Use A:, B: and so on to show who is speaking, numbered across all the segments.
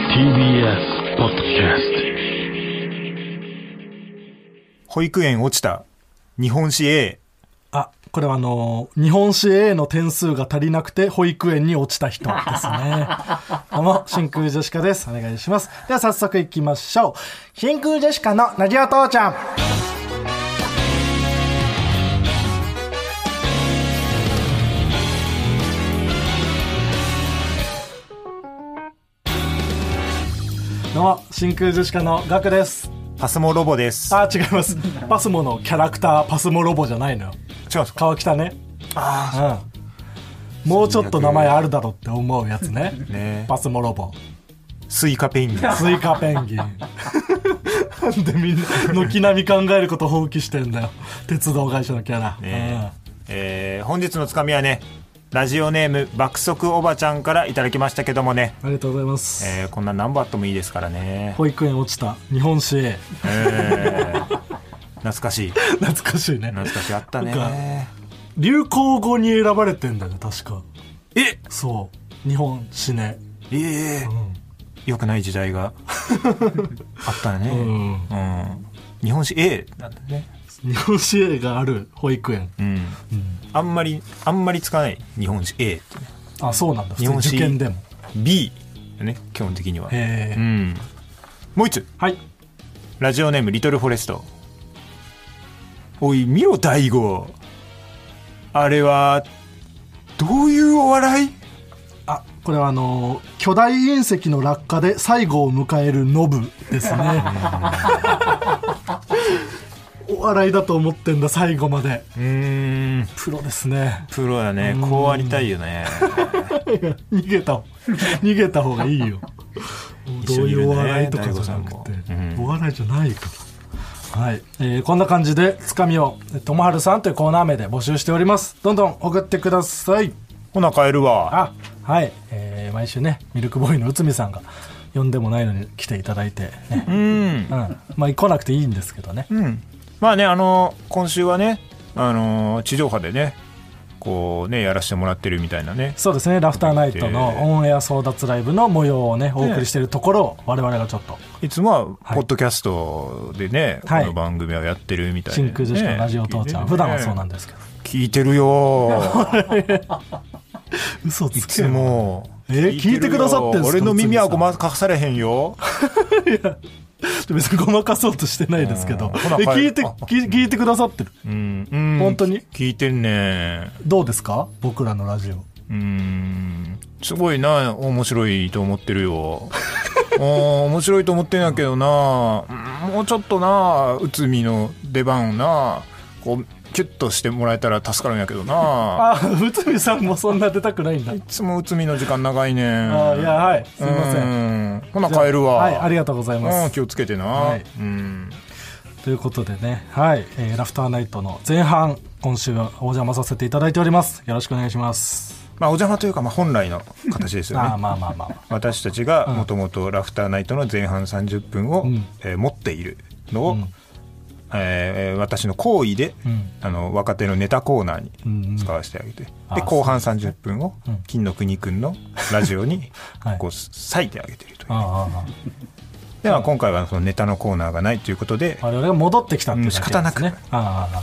A: TBS ポッドキャスト
B: 保育園落ちた日本史 A
C: あ、これはあのー日本史 A の点数が足りなくて保育園に落ちた人ですね。どうも、真空ジェシカです。お願いします。では早速行きましょう。真空ジェシカのラジオ父ちゃん。どうも、真空ジェシカのガクです。
B: パスモロボです
C: あ、違います。パスモのキャラクター、パスモロボじゃないのよ。
B: 違うんですか
C: 川北ねああ、うん、もうちょっと名前あるだろうって思うやつね
B: ね
C: パスモロボ
B: スイカペンギン
C: スイカペンギンなんでみんな軒並み考えること放棄してんだよ鉄道会社のキャラ、
B: ねえー本日のつかみはねラジオネーム爆速おばちゃんからいただきましたけどもね、
C: うん、ありがとうございます、
B: えーこんな何バットもいいですからね、
C: 保育園落ちた日本史 A
B: えー懐かしい
C: 懐かしいね
B: 懐かしいあった
C: なん
B: ね
C: 流行語に選ばれてんだよね確か
B: え
C: そう日本史ね
B: ええよくない時代 があったね、
C: ん
B: うん日本史 A なんだね
C: 日本史 A がある保育園
B: うん、あんまりあんまり使わない日本史 A ってね
C: あそうなんだ普
B: 日本
C: 通
B: 史
C: に受験でも
B: B ね基本的には
C: へえ
B: うんもう一つ
C: はい
B: ラジオネームリトルフォレストおい見ろ大悟あれはどういうお笑い
C: あこれはあのー巨大隕石の落下で最後を迎えるノブです ねお笑いだと思ってんだ最後まで
B: うーん
C: プロですね
B: プロだねこうありたいよね
C: 逃げた逃げた方がいいよ
B: 一
C: ど
B: 緒
C: う
B: にいる
C: い
B: ね
C: うお笑いとかじゃなくて
B: 大悟、さんもうん
C: お笑いじゃないからはい、えーこんな感じでつかみを「ともはるさん」というコーナー名で募集しておりますどんどん送ってください
B: ほな帰るわ
C: あはい、えー毎週ねミルクボーイの内海さんが呼んでもないのに来ていただいて、ね
B: うん
C: うん、 まあ来なくていいんですけどね
B: うん、まあねあの今週はねあの地上波でねこうねやらせてもらってるみたいなね
C: そうですねラフターナイトのオンエア争奪ライブの模様をねお送りしているところを我々がちょっと
B: いつも
C: は
B: はいポッドキャストでね、
C: はい
B: この番組はやってるみたいな、ね、
C: 真空ジェシカのラジオ父ちゃん、普段はそうなん
B: だ
C: ですけど
B: 聞いてるよ
C: 嘘
B: い
C: つ
B: つも
C: えー聞いてくださってんすか
B: 俺の耳はごまかされへんよ
C: 別にごまかそうとしてないですけど
B: うん
C: え
B: ほな帰
C: 聞いて
B: あ
C: 聞い聞いてくださってる
B: うん、うん、
C: 本当に
B: 聞いてんね
C: どうですか僕らのラジオ
B: うんすごいな面白いと思ってるよ うん面白いと思ってんやけどなうんもうちょっとな内海の出番をなこうキュッとしてもらえたら助かるんやけどな
C: あ内海さんもそんな出たくないんだ
B: いつも内海の時間長いねん
C: あいやはいすいません
B: んほな帰るわ
C: はいありがとうございます
B: うん気をつけてな、
C: はい
B: うん
C: ということでね、はい、えーラフターナイトの前半、今週はお邪魔させていただいております。よろしくお願いします。
B: まあお邪魔というか、まあ、本来の形ですよ
C: あ
B: ね
C: あ、まあまあまあ。
B: 私たちがもともとラフターナイトの前半30分を、
C: ん
B: えー持っているのを、えー私の行為で、
C: うん
B: あの若手のネタコーナー
C: うんうん
B: に使わせてあげて、
C: あ
B: で
C: ー
B: 後半30分を、
C: うん
B: 金の国くんのラジオに
C: はい
B: こう割いてあげているという、
C: あああああ
B: では今回はそのネタのコーナーがないということで
C: あ、我々が戻ってきたっていうだけですね
B: うん仕方なく。
C: ああああ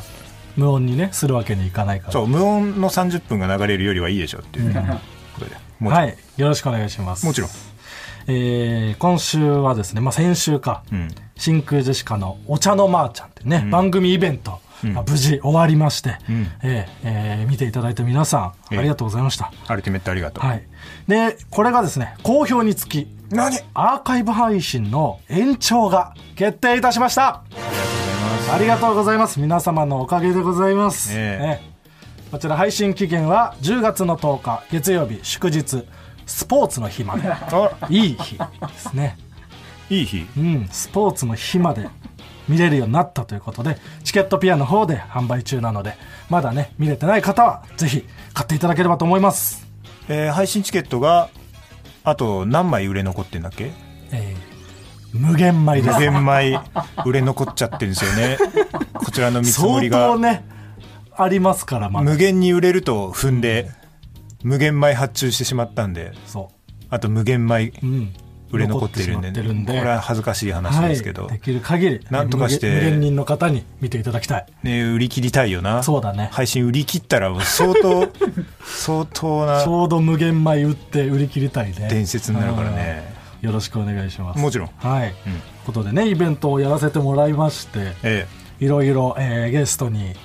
C: 無音にね、するわけにいかないから。
B: そう無音の30分が流れるよりはいいでしょうって いうことで、もちろん
C: はい、よろしくお願いします。
B: もちろん。
C: えー今週はですね、まあ先週か、
B: うん
C: 真空ジェシカのお茶のまーちゃんっていうね、番組イベント、
B: ん
C: まあ無事終わりまして、
B: うん
C: えーえー見ていただいた皆さん、
B: ええ
C: ありがとうございました。
B: アルティメットありがとう、
C: はい。で、これがですね、好評につき、
B: 何ありがと
C: アーカイブ配信の延長が決定いたしました
B: うございます
C: ありがとうございます皆様のおかげでございます、
B: ええ
C: ねこちら配信期限は10月の10日月曜日祝日スポーツの日 まで
B: あ
C: いい日ですね
B: いい日
C: うんスポーツの日まで見れるようになったということでチケットピアの方で販売中なのでまだね見れてない方はぜひ買っていただければと思います
B: えー配信チケットがあと何枚売れ残ってんだっけ
C: えー無限米です
B: 無限枚売れ残っちゃってるんですよねこちらの見積も
C: 相
B: りが、
C: 当ねありますからまだ
B: 無限に売れると踏んで無限米発注してしまったんで
C: そ
B: あと無限米
C: ううん
B: 売れ残ってるんで,、
C: 残ってしまってるんで
B: これは恥ずかしい話
C: は
B: で
C: い
B: すけど、
C: できる限り
B: なんとかして
C: 無限無限人の方に見ていただきたい
B: ね、売り切りたいよな
C: そうだね
B: 配信売り切ったらもう相 当相当な
C: ちょうど無限米売って売り切りたいね
B: 伝説になるからね
C: うんよろしくお願いします
B: もちろん
C: はい、と
B: ん
C: いうことでねイベントをやらせてもらいまして
B: え
C: いろいろ、えーゲストに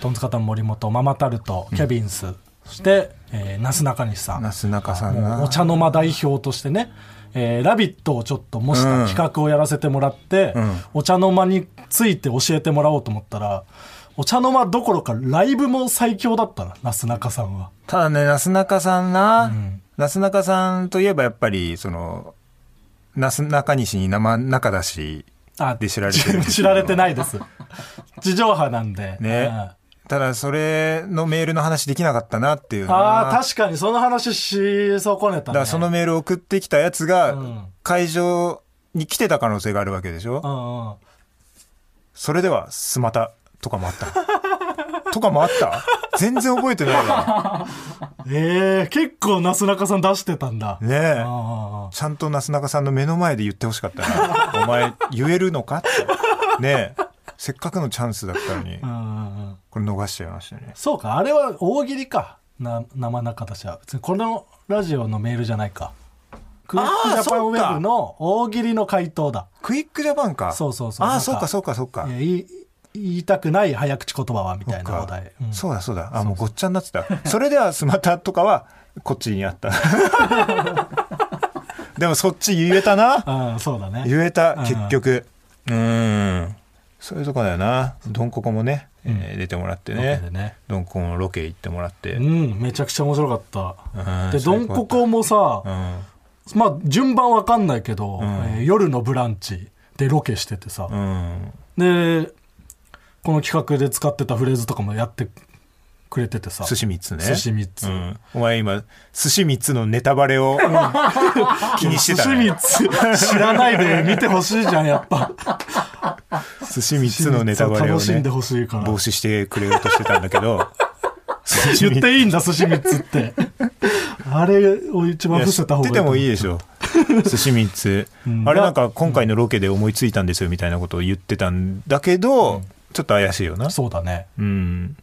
C: トンツカタン森本ママタルトキャビンス、そして、えー、なすなかにしさ
B: え
C: ん
B: なすなかさん
C: もう
B: な
C: お茶の間代表としてね「えーラビット!」をちょっと模した企画をやらせてもらって、
B: うん
C: お茶の間について教えてもらおうと思ったらお茶の間どころかライブも最強だったななすなかさんは。
B: ただねなすなかさんな、
C: ん
B: なすなかさんといえばやっぱりそのなすなかにしに生中だし
C: あ
B: で知られてる
C: 知られてないです。地上波なんで。
B: ね
C: うん
B: ただそれのメールの話できなかったなっていう
C: ああ、
B: か
C: 確かにその話し損ねた、
B: だ
C: ね。
B: からそのメール送ってきたやつが
C: うん
B: 会場に来てた可能性があるわけでしょ、
C: うんうん。
B: それではスマタとかもあったとかもあった全然覚えてないわ
C: ええ結構なすなかさん出してたんだ。
B: ねえ
C: あ
B: ちゃんとなすなかさんの目の前で言ってほしかった なお前言えるのかってねえせっかくのチャンスだったのに
C: あうんうんうん。
B: これ逃しちゃいましたね
C: そうか、あれは大喜利か。な生中出しは。別にこのラジオのメールじゃないか。クイックジャパンウェブの大喜利の回答だ。
B: クイックジャパンか
C: そうそうそう
B: あ
C: なん
B: あ
C: か
B: そうかそうかそうか
C: えー言い言いたくない早口言葉はみ
B: そ
C: た
B: っ
C: いな
B: か
C: お題。うん
B: そうだそうだあもうごっちゃになってたそれではスマタとかはこっちにあった でもそっち言えたな
C: うん、そうだね。
B: 言えた
C: うん
B: 結局うんそういうとこだよなドンココもね、えー出てもらって
C: ロケで
B: ね
C: ね
B: ドンココもロケ行ってもらって、
C: うん、めちゃくちゃ面白かった。
B: うん
C: で、ドンココもさ
B: う、ん
C: まあ、順番わかんないけど、
B: ん
C: えー夜のブランチでロケしててさ、
B: うん
C: で、この企画で使ってたフレーズとかもやってくれててさ、
B: 寿司3つね
C: 寿司三つ
B: うんお前今寿司3つのネタバレを 気にしてた、ね、
C: 寿司三つ知らないで見てほしいじゃん、やっぱ。
B: 寿司3つのネタバレを
C: 楽しん
B: ね
C: でほしいから
B: 防。止してくれようとしてたんだけど寿司三
C: 言っていいんだ、寿司三つって。あれを一番
B: いや
C: 伏せた方
B: 知っ
C: がい
B: て
C: い。
B: てもいいでしょ 寿司3つ、
C: うん
B: あれなんか今回のロケで思いついたんですよみたいなことを言ってたんだけど、ちょっと怪しいよな
C: そうだね。
B: うん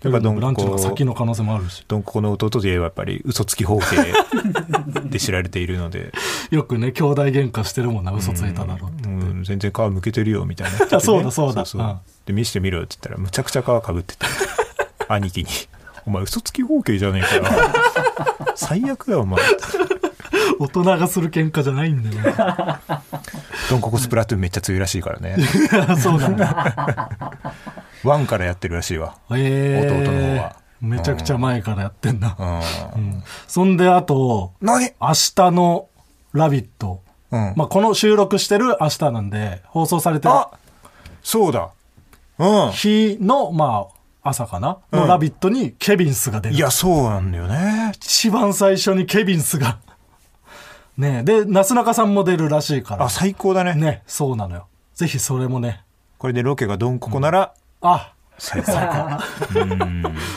B: やっぱ
C: 夜
B: どん
C: のブランチの方が
B: こ
C: 先の可能性もあるし。
B: どんここの弟といえばやっぱり嘘つき方形で知られているの で
C: よくね、兄弟喧嘩してるもんな、嘘ついただろうって。
B: うん、全然皮むけてるよみたいな、
C: あ そうだそうだうん
B: で見せてみろよって言ったらむちゃくちゃ皮かぶって た兄貴に「お前嘘つき方形じゃねえかよ最悪だよお前」
C: 大人がする喧嘩じゃないんだよね。
B: どんここスプラトゥーンめっちゃ強いらしいからね
C: そうなんだ。
B: ワンからやってるらしいわ
C: えー、
B: 弟の方は
C: めちゃくちゃ前からやってんな
B: う。ん
C: うんそんで、あと、
B: 何
C: 明日のラビット。
B: うん
C: まあ、この収録してる明日なんで、放送されてる
B: あそうだう
C: 日の、まあ、朝かな
B: う
C: の
B: ん
C: ラビットにケビンスが出
B: ん
C: る。
B: いやそうなんだよね
C: 一番最初にケビンスが。 ねえで、なすなかさんも出るらしいか
B: あ
C: ら。
B: 最高だね
C: ね、そうなのよ。ぜひそれもね。
B: これでロケがどんここなら
C: あ、
B: 最高、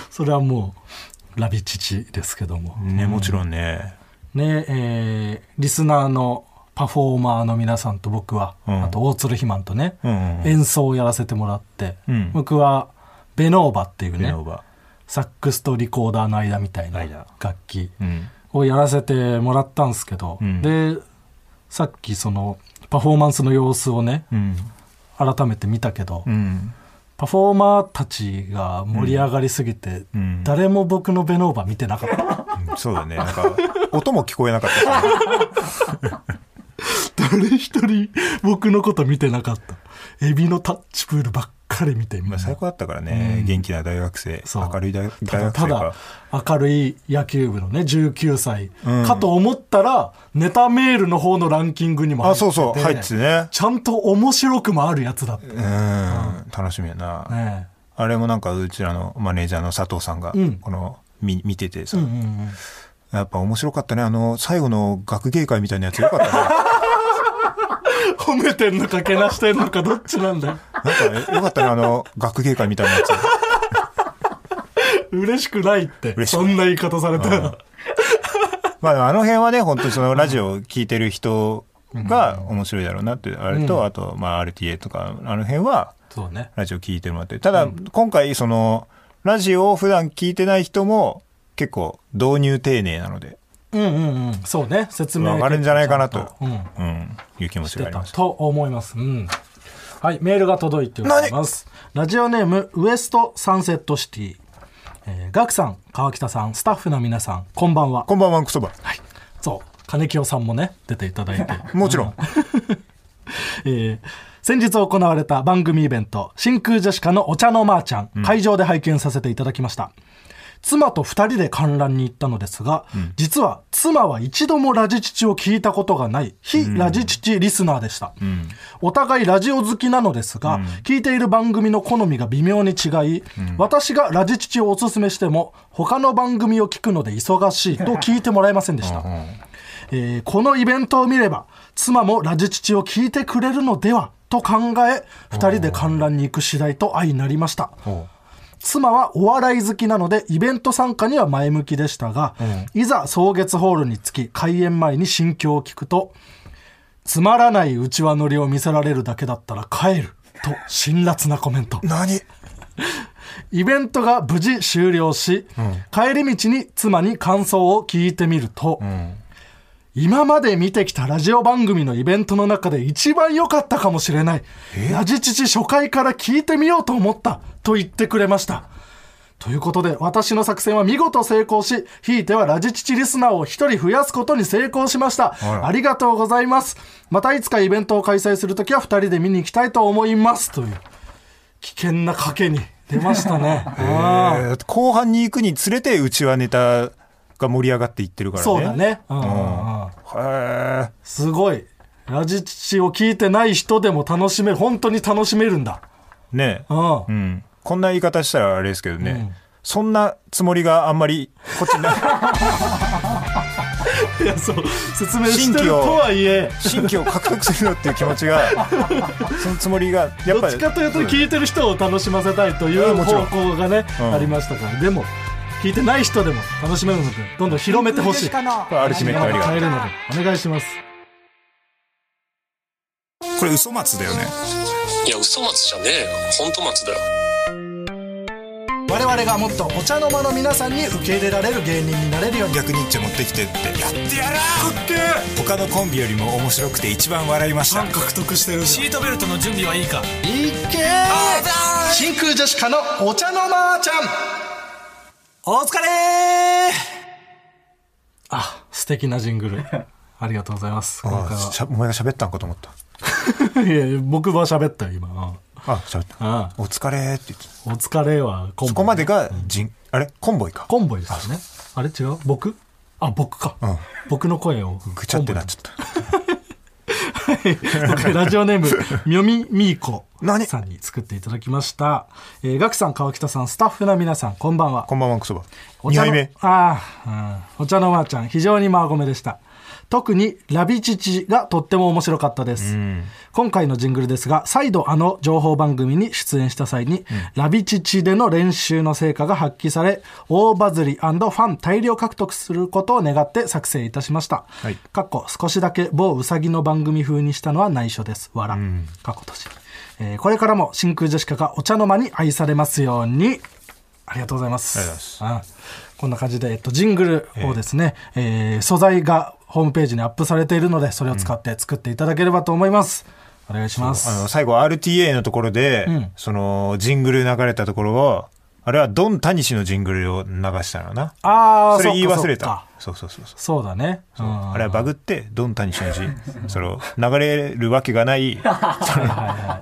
C: それはもう、ラビ父ですけども。
B: ねもちろんね
C: ねえーリスナーのパフォーマーの皆さんと僕は、
B: うん
C: あと大鶴ひまんとね、
B: うんうん
C: 演奏をやらせてもらって、
B: うん
C: 僕はベノーバっていう
B: レ
C: ね
B: ノーバ
C: サックスとリコーダーの間みたいな
B: 間
C: 楽器
B: うん
C: をやらせてもらったんですけど、
B: うん
C: でさっきそのパフォーマンスの様子をね
B: うん
C: 改めて見たけど、
B: うん
C: パフォーマーたちが盛り上がりすぎて、
B: うん
C: 誰も僕のベノーバ見てなかった。
B: うんそうだねなんか音も聞こえなかったから
C: 誰一人僕のこと見てなかったエビのタッチプールばっかり見てみん
B: ま
C: な
B: あ最高だったからね、
C: うん
B: 元気な大学生
C: そう
B: 明るい大大学生
C: ただ
B: か
C: ただ明るい野球部のね19歳、
B: うん
C: かと思ったらネタメールの方のランキングにも入
B: あ
C: って
B: そ
C: て
B: うそう入っててね
C: ちゃんと面白くもあるやつだったね
B: うん、楽しみやな、
C: え
B: あれもなんかうちらのマネージャーの佐藤さんが、
C: うん
B: この見見ててさ、
C: うんうんうん
B: やっぱ面白かったねあの最後の学芸会みたいなやつよか った
C: 褒めてんのかけなしてんのかどっちなんだよ
B: ねなんかよかったねあの学芸会みたいなや つ
C: 嬉しくないって
B: 嬉しく
C: そ
B: ない
C: んな言い方されたら
B: まああの辺はね本当にそのラジオを聞いてる人が面白いだろうなってあれと、あと、まあ、RTA とか、あの辺は、
C: そうね。
B: ラジオ聞いてもらって。ただ、今回、その、ラジオを普段聞いてない人も、結構、導入丁寧なので、
C: うんうんうん。そうね。説明。
B: わかるんじゃないかなと、
C: う。
B: うんん、いう気持ちがあ
C: 出
B: り
C: た
B: ました。
C: と思います。うん。はい、メールが届いております。ラジオネーム、ウエストサンセットシティ。えーガクさん、川北さん、スタッフの皆さん、こんばんは。
B: こんばんは、クソバ。
C: そう、金清さんもね、出ていただいて。
B: もちろん。
C: えー先日行われた番組イベント、真空ジェシカのお茶のまーちゃん、会場で拝見させていただきました。妻と二人で観覧に行ったのですが、実は妻は一度もラジチチを聞いたことがない非ラジチチリスナーでした。お互いラジオ好きなのですが、聞いている番組の好みが微妙に違い、私がラジチチをおすすめしても、他の番組を聞くので忙しいと聞いてもらえませんでした。えーこのイベントを見れば妻もラジチチを聞いてくれるのではと考え2人で観覧に行く次第と相なりました妻はお笑い好きなのでイベント参加には前向きでしたが、いざ草月ホールに着き開演前に心境を聞くとつまらないうちわ乗りを見せられるだけだったら帰ると辛辣なコメント
B: 何
C: イベントが無事終了し、帰り道に妻に感想を聞いてみると、今まで見てきたラジオ番組のイベントの中で一番良かったかもしれない。ラジチチ初回から聞いてみようと思ったと言ってくれました。ということで、私の作戦は見事成功し、ひいてはラジチチリスナーを一人増やすことに成功しました。
B: ら
C: ありがとうございます。またいつかイベントを開催するときは二人で見に行きたいと思います。という、危険な賭けに出ました ね。あー
B: えー後半に行くにつれて、うちはネタが盛り上がっていってるからね。
C: そうだ。ね。うんうんうん
B: へえ。
C: すごい。ラジチチを聞いてない人でも楽しめる、本当に楽しめるんだ。
B: ね
C: うん。
B: うん。こんな言い方したらあれですけどね。そんなつもりがあんまり、こっちにない。
C: いや、そう、説明してるとはいえ、
B: 新規を獲得するのっていう気持ちがそのつもりがや
C: ど
B: っぱ
C: っ
B: り
C: ちかというと聞いてる人を楽しませたいとい
B: あ
C: う
B: もちろ
C: 方
B: ん
C: 向がね、
B: うん
C: ありましたから。でも、聞いてない人でも楽しめるので、どんどん広めてほしい。
B: アルティメットありがと
C: 変えるので、お願いします。
B: うこれ嘘松だよね
D: いや、嘘松じゃねえよ。本当松だよ。
C: 我々がもっとお茶の間の皆さんに受け入れられる芸人になれるように
B: 逆ニッチェ持ってきてってやってやらかっけ他のコンビよりも面白くて一番笑いました
C: 獲得してる
E: シートベルトの準備はいいか
C: いけ真空ジェシカのお茶のまーちゃん
E: お疲れ
C: あ素敵なジング ルありがとうございます今回は
B: しゃお前が喋ったんかと思った
C: いやいや僕は喋ったよ今
B: あ喋った
C: ああ
B: お疲れって言って
C: お疲れはコンボイ
B: そこまでがじんあれコンボイか
C: コンボイですよねあれ違う僕あ僕か、
B: ん
C: 僕の声を
B: ぐちゃってなっ ちゃった
C: 今回ラジオ ネーム、みょみみーこ
B: 何
C: さんに作っていただきました。えー、ガクさん、川北さん、スタッフの皆さん、こんばんは。
B: こんばんはクソバ
C: お
B: 2
C: 茶の
B: 杯目
C: ああ、うんお茶のまーちゃん、非常にマーゴメでした。特に、ラビチチがとっても面白かったです。今回のジングルですが、再度あの情報番組に出演した際に、ラビチチでの練習の成果が発揮され、大バズりファン大量獲得することを願って作成いたしました。
B: い
C: かっこ少しだけ某うさぎの番組風にしたのは内緒です。わら。かっこ閉じえーこれからも真空ジェシカがお茶の間に愛されますように。ありがとうございます。
B: ありがとうご
C: うんこんな感じで、えっと、ジングルをですね、えー素材がホームページにアップされているので、それを使って作っていただければと思います。お願いしま
B: あ
C: す。
B: の最後 RTA のところで、
C: ん
B: そのジングル流れたところをあれはドン・タニシのジングルを流したのな
C: あー
B: それ言い
C: っか
B: 忘れ
C: そっか
B: たそうそうそうそう
C: そうだね。うん
B: あれはバグってドン・タニシのジン それを流れるわけが ないその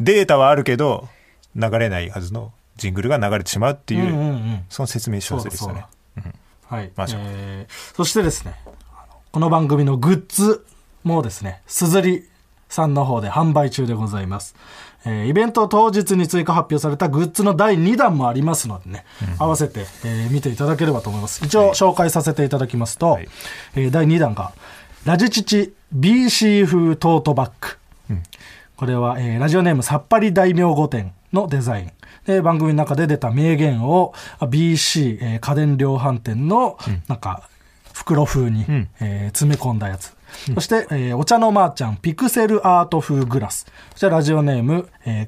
B: データはあるけど流れないはずのジングルが流れてしまうっていう,、
C: うんうん
B: その説明書
C: そう
B: で
C: だ
B: した
C: そう
B: ね
C: だ。はい。
B: まあそう
C: えーそしてですね、あのこの番組のグッズもですね、すずりさんの方で販売中でございます。えーイベント当日に追加発表されたグッズの第2弾もありますのでね、合わせて、えー見ていただければと思います。一応紹介させていただきますと、
B: い
C: えー第2弾が、ラジチチ BC 風トートバッグ。これは、えーラジオネームさっぱり大名御殿のデザイン。で、番組の中で出た名言をあ BC、えー家電量販店の、なんか、袋風に、えー詰め込んだやつ。そして、えーお茶のまーちゃん、ピクセルアート風グラス。そしてラジオネーム、えー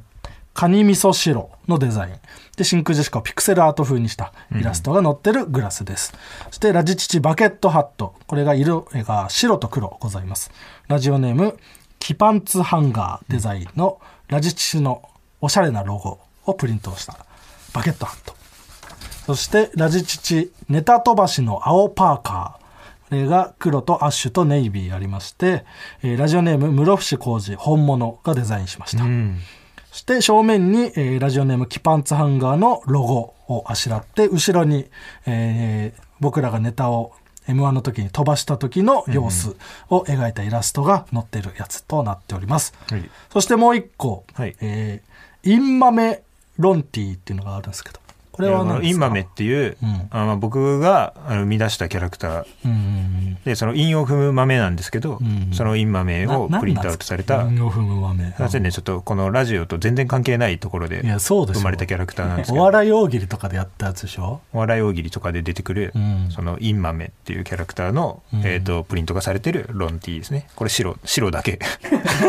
C: カニ味噌汁のデザイン。で、真空ジェシカをピクセルアート風にしたイラストが載ってるグラスです。そして、ラジチチバケットハット。これが色が白と黒ございます。ラジオネーム、キパンツハンガーデザインのラジチチのおしゃれなロゴをプリントしたバケットハット。そして、ラジチチ、ネタ飛ばしの青パーカー。これが黒とアッシュとネイビーありまして、えーラジオネーム、室伏浩二本物がデザインしました。そして正面に、えーラジオネームキパンツハンガーのロゴをあしらって後ろに、えー僕らがネタを m 1の時に飛ばした時の様子を描いたイラストが載ってるやつとなっております、
B: はい
C: そしてもう一個、
B: はい
C: えーインマメロンティーっていうのがあるんですけどこれは何ですか
B: インマメっていう、
C: うん
B: あまあ僕があの生み出したキャラクター
C: うんうん
B: でその韻を踏む豆なんですけど、
C: うん
B: その韻豆
C: うんな
B: をプリントア
C: なん
B: ウ
C: で
B: ト
C: す
B: さ
C: か
B: れた
C: うんオフムマメ
B: すいませんねちょっとこのラジオと全然関係ないところで
C: いやそうでしょ
B: 生まれたキャラクターなんです
C: お
B: けど
C: 笑い大喜利とかでやったやつでしょ
B: お笑い大喜利とかで出てくる、
C: うん
B: そのインマメっていうキャラクターの、えー、とプリントがされてるロンティーですねこれ白白だけ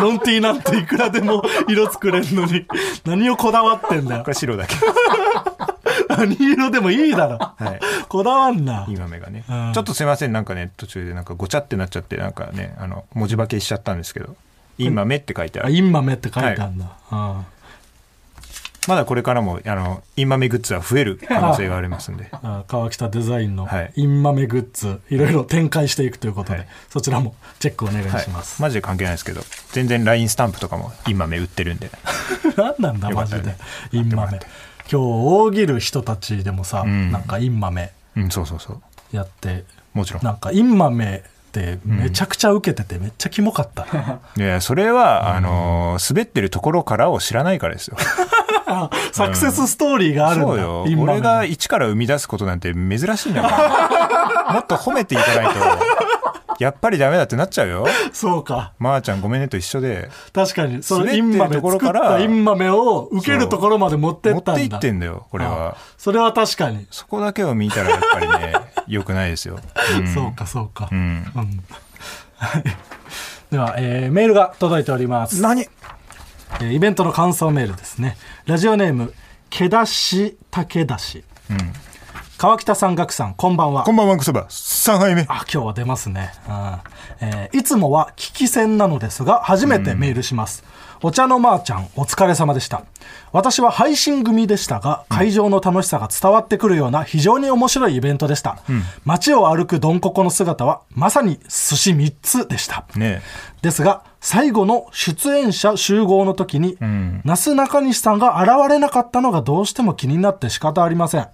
C: ロンティーなんていくらでも色作れるのに、 何をこだわってんだよ
B: こ。れ白 だけ
C: 何色でもいいだろ。
B: はい
C: こだわんな
B: イ。ンマメがね、
C: うん
B: ちょっとすいませんなんかね途中でなんかごちゃってなっちゃってなんかねあの文字化けしちゃったんですけどインマメって書いてあ
C: あ、
B: る
C: インマメって書いてあるんだ。
B: まだこれからもあのインマメグッズは増える可能性がありますんで
C: うんあ川北デザインの
B: はい
C: インマメグッズ、いろいろ展開していくということで、
B: はい
C: そちらもチェックお願い
B: はい
C: します。
B: マジで関係ないですけど全然 LINE スタンプとかもインマメ売ってるんで
C: 何なんだ、
B: よか
C: マ
B: った
C: ジ
B: ら
C: で
B: ね。
C: インマメ。今日、大喜利人たちでもさ、
B: ん
C: なんかインマメ
B: うんそうそうそう
C: やって、
B: もちろん
C: なんかインマメってめちゃくちゃ受けてて、めっちゃキモか った。
B: いやそれは、あのー滑ってるところからを知らないからですよ
C: あサクセスストーリーがあるんだ。
B: そうよ
C: インマメ
B: 俺
C: の
B: が一から生み出すことなんて珍しいんだ からもっと褒めていかないとやっぱりダメだってなっちゃうよ
C: そうか。
B: まー、ちゃんごめんねと一緒で
C: 確かに。その
B: 滑って
C: イ
B: る
C: ンマメ、
B: とこ
C: 作っ
B: ろから
C: たインマメを受けるところまで持って
B: 持
C: っ
B: った
C: んだ。
B: ていってんだよこれは
C: あそれは確かに。
B: そこだけを見たらやっぱりね 良くないですよ、うん
C: そうか、そうか。
B: うん
C: うんはいでは、えーメールが届いております。
B: 何
C: えーイベントの感想メールですね。ラジオネーム、けだし、たけだし。川北さん、がくさん、 こんばんは。
B: こんばんはクソバ3杯目
C: あ、今日は出ますね。うんえーいつもは聞き戦なのですが、初めてメールします。お茶のまーちゃん、お疲れ様でした。私は配信組でしたが、会場の楽しさが伝わってくるような非常に面白いイベントでした。街を歩くドンココの姿は、まさに寿司3つでした。
B: ね
C: ですが最後の出演者集合の時に、なすなかにしさんが現れなかったのがどうしても気になって仕方ありません、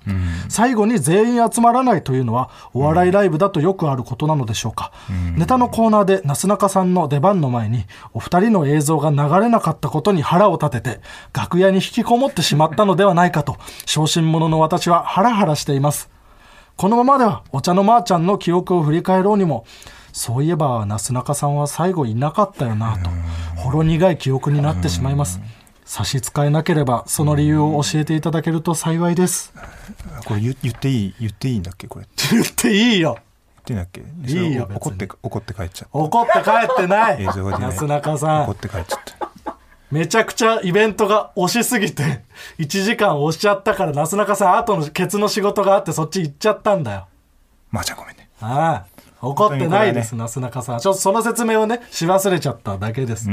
C: 最後に全員集まらないというのはお笑いライブだとよくあることなのでしょうか、ネタのコーナーでなすなかさんの出番の前にお二人の映像が流れなかったことに腹を立てて楽屋に引きこもってしまったのではないかと小心者の私はハラハラしていますこのままではお茶のまーちゃんの記憶を振り返ろうにもそういえばなすなかさんは最後いなかったよなとほろ苦い記憶になってしまいます差し支えなければその理由を教えていただけると幸いです
B: これ言言っていい言っていいんだっけこれ
C: 言っていいよ
B: ってなっけ
C: いいよ
B: それ怒って
C: 別
B: 怒って帰っちゃっ
C: 怒って帰ってな
B: た
C: い
B: 映像が出
C: な
B: ない
C: すなかさ
B: 怒っ
C: ん
B: て帰っちゃった
C: めちゃくちゃイベントが押しすぎて1時間押しちゃったからなすなかさん後のケツの仕事があってそっち行っちゃったんだよ
B: まー、ちゃんごめんね
C: ああ怒ってないです、なすなかさん。ちょっとその説明をね、し忘れちゃっただけです。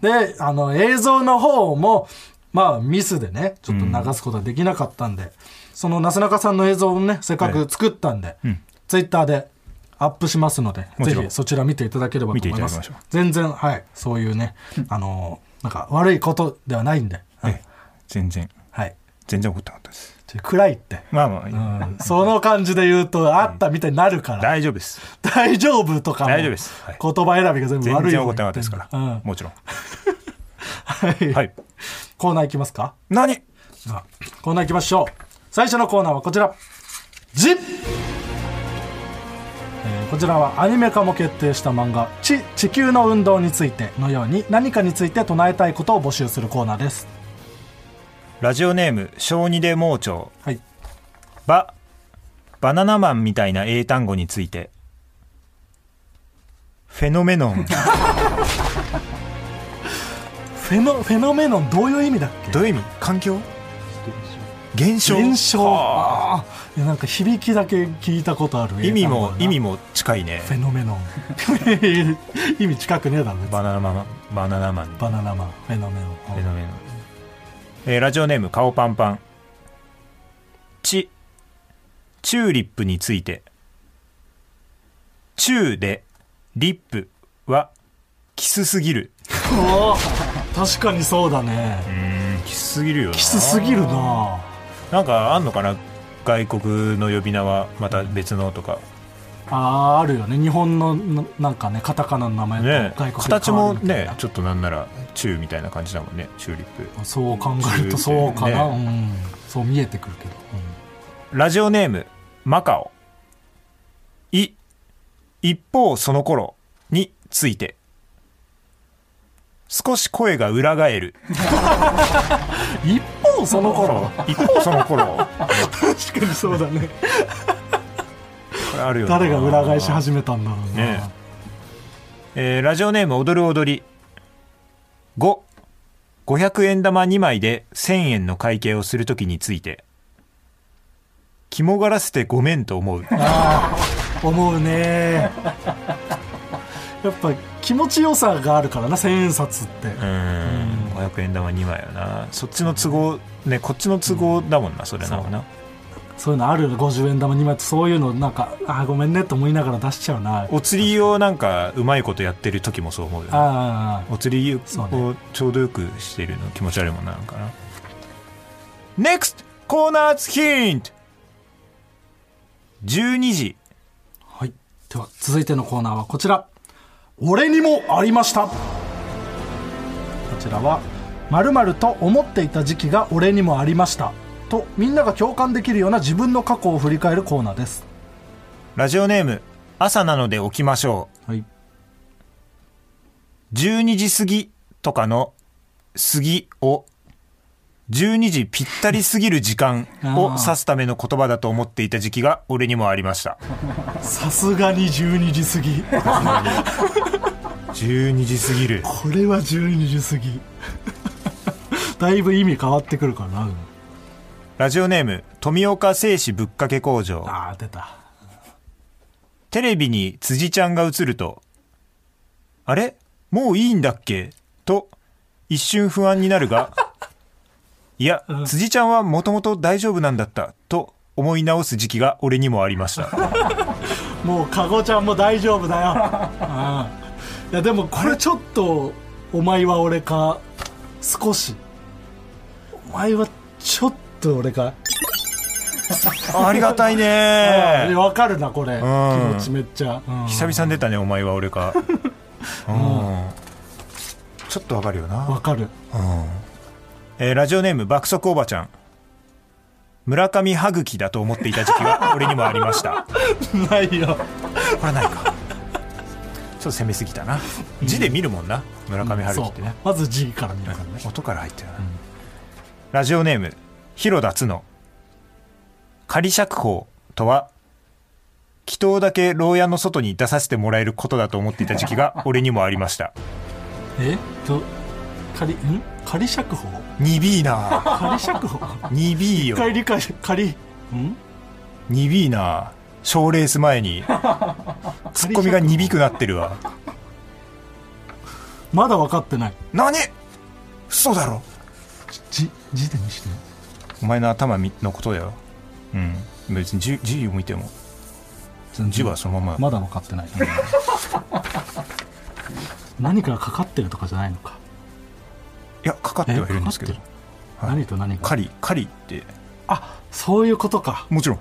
C: で、あの、映像の方も、まあ、ミスでね、ちょっと流すことはできなかったんで、そのなすなかさんの映像をね、せっかく作ったんで、ツイッターでアップしますので、
B: も
C: ぜ
B: ちろん
C: ひそちら見ていただければと思いま
B: 見
C: す
B: ていただきましょう。
C: 全然、はい、そういうね、あの、なんか悪いことではないんで、は
B: え
C: い。
B: 全然
C: はい、
B: 全然怒ってなかったです
C: ちょ暗いって。
B: まあまあいい、
C: うんその感じで言うと、あったみたいになるから。
B: 大丈夫です
C: 大丈夫とかも
B: 大丈夫ですはい
C: 言葉選びが全部
B: 全
C: 悪い
B: 然
C: よ
B: 怒っ
C: うに
B: てなかってた
C: 言ん
B: です
C: だ
B: から、
C: うん
B: もちろん
C: はい
B: はい
C: コーナーいきますか
B: 何
C: あコーナーいきましょう最初のコーナーはこちら「ジッえーこちらはアニメ化も決定した漫画「地地球の運動について」のように何かについて唱えたいことを募集するコーナーです
B: ラジオネーム小児で盲腸
C: はい
B: ババナナマンみたいな英単語についてフェノメノ ン
C: フェノフェノメノンどういう意味だっけ
B: どういう意味環境現象
C: 現象
B: はあ
C: ああいやなんか響きだけ聞いたことある
B: 意味も意味
C: も
B: も近いね
C: フェノメノン 意味近くねえだろ別に
B: バナナマンバナナマンフ
C: バナナマンフェノメノン
B: ェノメノン、えーラジオネーム顔パンパンチチューリップについてチューでリップはキスすぎる
C: お確かにそうだね
B: うんキスすぎるよな
C: キスすぎるな
B: なんかあんのかな外国の呼び名はまた別のとか
C: あーあるよね日本のななんかねカタカナの名前
B: ね
C: と外国で
B: 形
C: 変わ
B: も
C: るみたいな
B: ねちょっとなんならチューみたいな感じだもんねチューリップ
C: そう考えるとそうかな、
B: ね
C: うん、そう見えてくるけど、
B: ラジオネームマカオい一方その頃について少し声が裏返る
C: うん一方そ の頃
B: 一方その頃
C: 確かにそうだ
B: こ
C: ね
B: れあるよな
C: 誰が裏返し始めたんだろうな、
B: ねえーラジオネーム踊る踊り5500円玉2枚で1000円の会計をするときについて肝がらせてごめんと思う
C: 思うねやっぱ気持ちよさがあるからな千円札って、
B: うーん500円玉2枚よなそっちの都合ねこっちの都合だもんなそれなのな
C: そういうのあるよ50円玉2枚ってそういうのなんかあーごめんねと思いながら出しちゃうなあー
B: お釣りをなんかうまいことやってる時もそう思うよね
C: あーあ
B: お釣りを
C: そう
B: ちょうどよくしてるの気持ち悪いもんなんかな NEXT コーナーズヒント12時
C: ーはいでは続いてのコーナーはこちら俺にもありましたこちらは「まると思っていた時期が俺にもありました」とみんなが共感できるような自分の過去を振り返るコーナーです
B: ラジオネーム朝なので起きましょ
C: はい、
B: う12時過ぎとかの過ぎを12時ぴったり過ぎる時間を指すための言葉だと思っていた時期が俺にもありました
C: さすがに12時過ぎ
B: 12時過ぎる
C: これは12時過ぎ だいぶ意味変わってくるからな
B: ラジオネーム富岡製紙ぶっかけ工場
C: ああ出た
B: テレビに辻ちゃんが映ると、あれもういいんだっけと、一瞬不安になる が、いや、辻ちゃんはもともと大丈夫なんだった、と思い直す時期が俺にもありま した。
C: もうかごちゃんも大丈夫だ よ、うん、いやでもこれちょっとお前は俺か少しお前はちょっと俺か
B: あありがたい
C: ああ
B: ね
C: わかるなこれ気
B: ん
C: 持ちめっちゃ、うん
B: 久々に出たね、お前は俺か。 うん。ちょっとわかるよな。
C: わかる
B: えーラジオネーム爆速おばちゃん。村上歯茎だと思っていた時期が俺にもありました。
C: ないよ
B: これないかちょっと攻めすぎたな字で見るもんな村上春樹ってね
C: そうまず G から見るからね
B: 音から入ってるな、ラジオネーム広田つの仮釈放とは祈祷だけ牢屋の外に出させてもらえることだと思っていた時期 が俺にもありました
C: えと仮ん仮釈 放
B: 2B な
C: 仮釈放
B: 2B
C: 一
B: よ
C: 回理解し仮ん
B: 2B な賞レース前 にツッコミが鈍くなってるわ
C: まだ分かってない
B: 何嘘だろ
C: じ字で見して
B: お前の頭みのことだようん別に字字を見てもその字はそのまま
C: まだ分かっ てない何かがかかってるとかじゃないのか
B: いやかかってはいるんですけど
C: えかか何と何か
B: 狩り狩りって
C: あそういうことか
B: もちろん、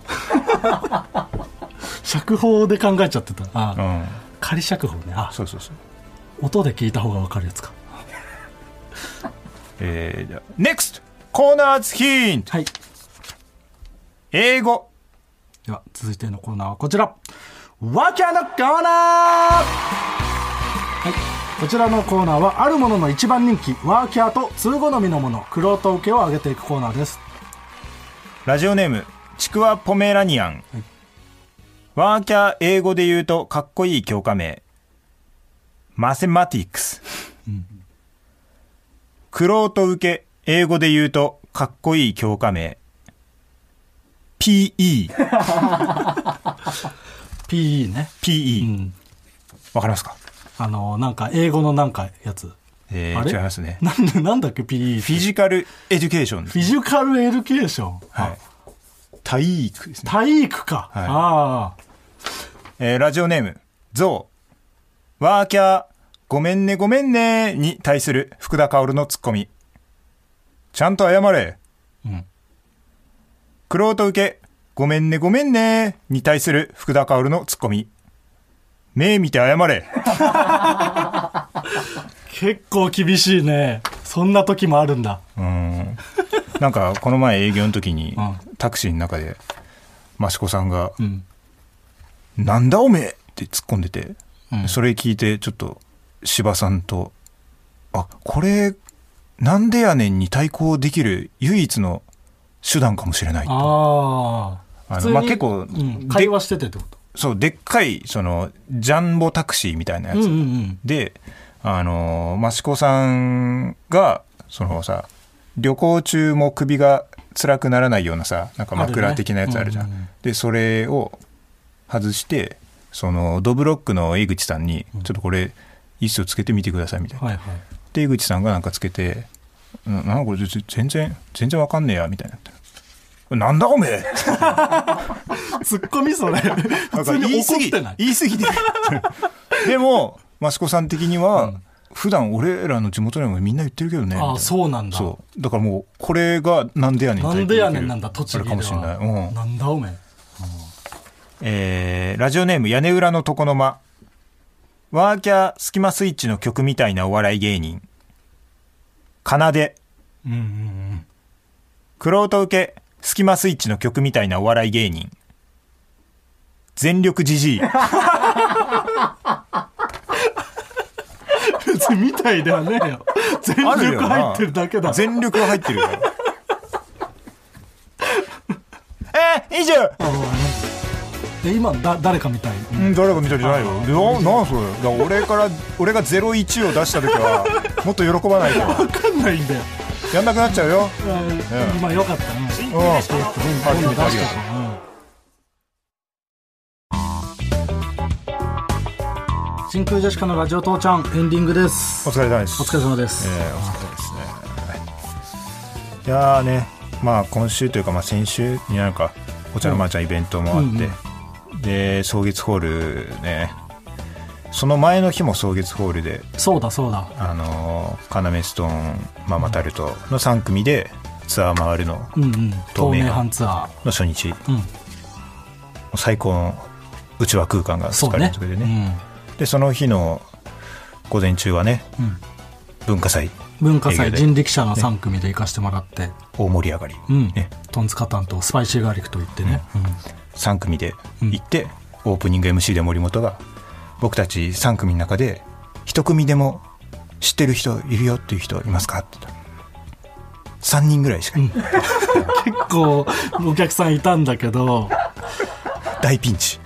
C: 釈放で考えちゃってたあ、
B: うん、
C: 仮釈放ねあ
B: そうそうそう
C: 音で聞いた方が分かるやつか
B: えー、じゃあ NEXT コーナーズヒント
C: はい
B: 英語
C: では続いてのコーナーはこちらワキャのコーナーはいこちらのコーナーはあるものの一番人気ワーキャーと通好みのものクロート受けを上げていくコーナーです
B: ラジオネームちくわポメラニアン、ワーキャー英語で言うとかっこいい教科名マセマティックス。クロート受け、英語で言うと、かっこいい教科名。PE、
C: PE ね。う
B: PE。
C: ん。
B: わかりますか
C: あの、なんか、英語のなんかやつ。
B: え
C: あ
B: ー、
C: れ
B: 違いますね。
C: なんで、なんだっけ、PE
B: フィジカルエデュケーションです
C: フィジカルエデュケーション。
B: はい。体育ですね。
C: 体育か。
B: はい
C: ああ。
B: えーラジオネーム、ゾウ。ワーキャー、ごめんねごめんねに対する福田薫のツッコミ。ちゃんと謝れ。
C: うん。
B: クロート受け、ごめんねごめんねに対する福田薫のツッコミ。目見て謝れ。
C: 結構厳しいね。そんな時もあるんだ。
B: うーん。なんか、この前営業の時に
C: うん、
B: タクシーの中で、益子さんが、
C: うん。
B: なんだおめえって突っ込んでて、
C: うん
B: それ聞いてちょっと芝さんとあこれなんでやねんに対抗できる唯一の手段かもしれないと
C: ああ。
B: あの
C: 普通に
B: まあ結構
C: うん
B: で
C: 会話しててってこと。
B: そうでっかいそのジャンボタクシーみたいなやつ、
C: うんうんうん。
B: であの益子さんがそのさ旅行中も首が辛くならないようなさなんか
C: ある
B: 枕
C: ね
B: 的なやつあるじゃん、
C: うんうんうん
B: でそれを外してそのドブロックの江口さんに「ちょっとこれいいっすよつけてみてください」みたいな、
C: はいはい。
B: で江口さんがなんかつけて「うんなんかこれ全然全然わかんねえや」みたいになって「なんだおめえ!」
C: ツッコミそれ。普通に怒ってない。
B: 言い過 ぎてでも益子さん的には、普段俺らの地元でもみんな言ってるけどねみたい
C: ああ、そうなんだ。
B: そうだからもうこれがなんでやねんに
C: な
B: 対
C: ん
B: 抗き
C: で
B: る
C: やねんなんだ、栃
B: あ
C: 木
B: れ
C: で
B: かもしれない、う
C: は。
B: ん
C: なんだおめえ。
B: えーラジオネーム屋根裏の床の間ワーキャースキマスイッチの曲みたいなお笑い芸人奏で
C: うんうんうん。
B: クロート受けスキマスイッチの曲みたいなお笑い芸人全力じじい
C: 別にみたいではねえよ。全
B: あるよ
C: 力
B: な
C: 入ってるだけだ。
B: 全力が入ってる からえー、以上
C: で今だ誰かみたい。
B: うん、誰が見たりじゃないよ。でななんそれ。だから俺から俺がゼロ一を出した時はもっと喜ばない
C: わ
B: と
C: かんないんだよ。
B: やんなくなっちゃうよ。
C: うん今よかったね。
B: うん。
C: どんどん出してた。うん真空ジェシカのラジオ父ちゃんエンディングです
B: お。疲れ様です。
C: お疲れ様で
B: え
C: す。
B: ーお疲れですね。いやーね、まあ今週というかまあ先週になんかお茶の間ちゃんイベントもあって、
C: うんうん
B: で草月ホールね。その前の日も草月ホールで、
C: そうだそうだ。
B: あのー、要ストーンママタルトの3組でツアー回るの
C: うんうん。透
B: 明
C: 明
B: 版
C: 版ツア
B: の初日
C: ー。うん。
B: 最高のうちわ空間が
C: そ
B: 2
C: う
B: 日
C: ね
B: 連。続でねでその日の午前中はね
C: うんうん
B: 文化祭
C: 文化
B: 営業
C: 祭
B: で
C: 人力車の3組で行かしてもらって、
B: 大盛り上がり、
C: うん
B: ね、
C: トンツカタンとスパイシーガーリックと言ってね、
B: 3組で行って、オープニング MC で森本が僕たち3組の中で1組でも知ってる人いるよっていう人いますかって言った3人ぐらいしかいない、
C: 結構お客さんいたんだけど
B: 大ピンチ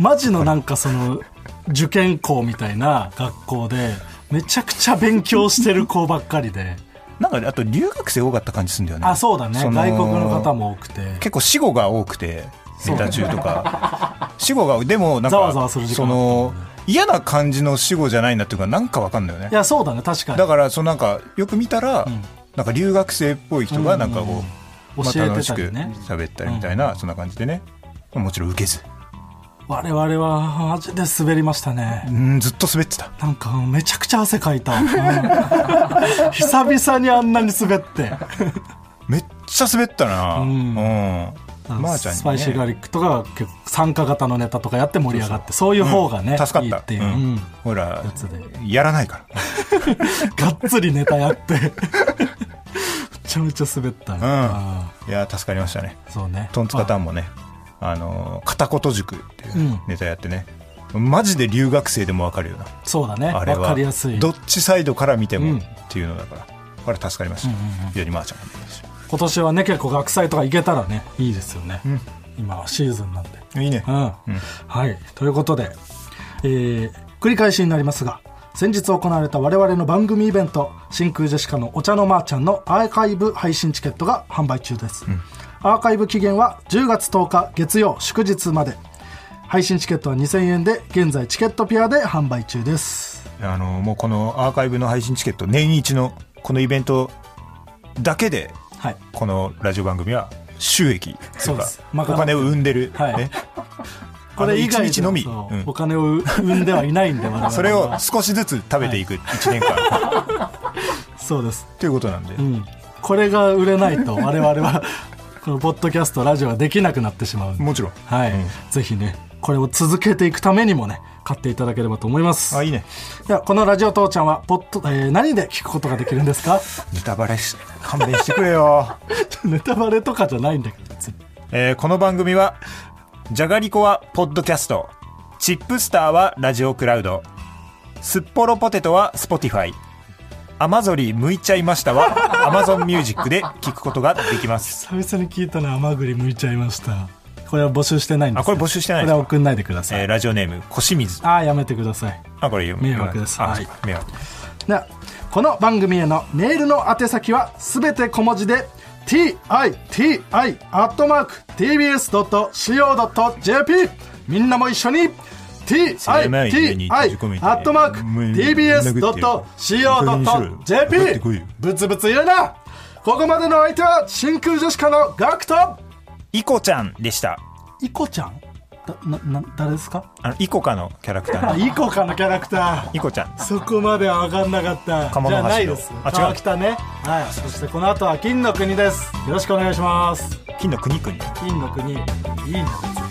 C: マジのなんかその受験校みたいな学校でめちゃくちゃ勉強してる子ばっかりで
B: なんかねあと留学生多かった感じするんだよね
C: あそうだね
B: その
C: 外国の方も多くて
B: 結構死後が多くてネタ中とか死後がでもなんか
C: ざわざわする時間
B: その嫌な感じの死後じゃないなっていうかなんかわかんないよね
C: いやそうだね確かに
B: だからそのなんかよく見たら、
C: ん
B: なんか留学生っぽい人がなんかこう、
C: うんうん
B: まあ
C: 教え
B: 楽
C: て
B: したく
C: りね
B: 喋ったりみたいな、そんな感じでねもちろん受けず
C: 我々はマジで滑りましたね
B: うんずっと滑ってた
C: なんかめちゃくちゃ汗かいた、うん 久々にあんなに滑って
B: めっちゃ滑ったなう
C: う
B: んん、まーちゃんに、ね、
C: スパイシーガーリックとか結構参加型のネタとかやって盛り上がってそういう方がね、
B: うん助かった
C: いいっていう、
B: うん
C: うん
B: ほら
C: つで
B: やらないから
C: がっつりネタやってめちゃめちゃ滑った、あ
B: いや助かりましたね
C: ーそうね
B: トンツカタンもねあのー片言塾っていう、
C: うん
B: ネタやってねマジで留学生でもわかるよな
C: あそうだね
B: あ
C: わ
B: れは
C: かりやすい
B: どっちサイドから見て
C: うん
B: もっていうのだから、これは助かりました、よりまーちゃんもいいし
C: 今年はね結構学祭とか行けたらねいいですよね、今はシーズンなんで
B: いいね
C: うんはいということで、えー繰り返しになりますが先日行われた我々の番組イベント真空ジェシカのお茶のまーちゃんのアーカイブ配信チケットが販売中です、アーカイブ期限は10月10日月曜祝日まで配信チケットは2000円で現在チケットピアで販売中です
B: あのもうこのアーカイブの配信チケット年一のこのイベントだけで
C: はい
B: このラジオ番組は収益
C: そうです
B: とい
C: ま
B: か
C: か
B: お
C: な
B: 金を生んでる、
C: はい
B: ね、
C: これ以外
B: あの一日のみ
C: そう
B: うん
C: お金を生んではいないんで我々は
B: それを少しずつ食べていく1年間、
C: そうです
B: ということなんで、
C: うんこれが売れないと我々はこのポッドキャストラジオはできなくなってしまうんで
B: もちろん
C: はい、
B: うん
C: ぜひねこれを続けていくためにもね買っていただければと思います
B: あいいね
C: ではこの「ラジオ父ちゃんは」ポッドえー何で聞くことができるんですか
B: ネタバレし勘弁してくれよ、
C: ネタバレとかじゃないんだけど別に
B: えーこの番組はじゃがりこはポッドキャストチップスターはラジオクラウドすっぽろポテトはスポティファイアマゾリ向いちゃいました はアマゾンミュージックで聞くことができます
C: 久々に聞いたのは甘栗むいちゃいましたこれは募集してないんです
B: あこれ募集してない
C: こ
B: んです
C: れは
B: か
C: 送んないでください、
B: えーラジオネーム小清水
C: ああやめてください
B: あこれ読む
C: 迷惑です
B: あ
C: は
B: そ
C: い
B: うか迷惑
C: ではこの番組へのメールの宛先はすべて小文字で titi.tbs.co.jp みんなも一緒に titi.tbs.co.jp ブツブツ入れなここまでの相手は真空ジェシカのガクト
B: イコちゃんでした
C: イコちゃんだなな誰ですか
B: あのイコカのキャラクター
C: あ
B: の
C: イコかのキャラクター
B: イコちゃん
C: そこまでは分かんなかった。
B: 鴨
C: じ
B: の橋
C: ゃ
B: の
C: ないです。
B: あ違う
C: 川北ね。はい。そしてこの後は金の国です。よろしくお願いします。
B: 金の国国
C: 金の国、いいな。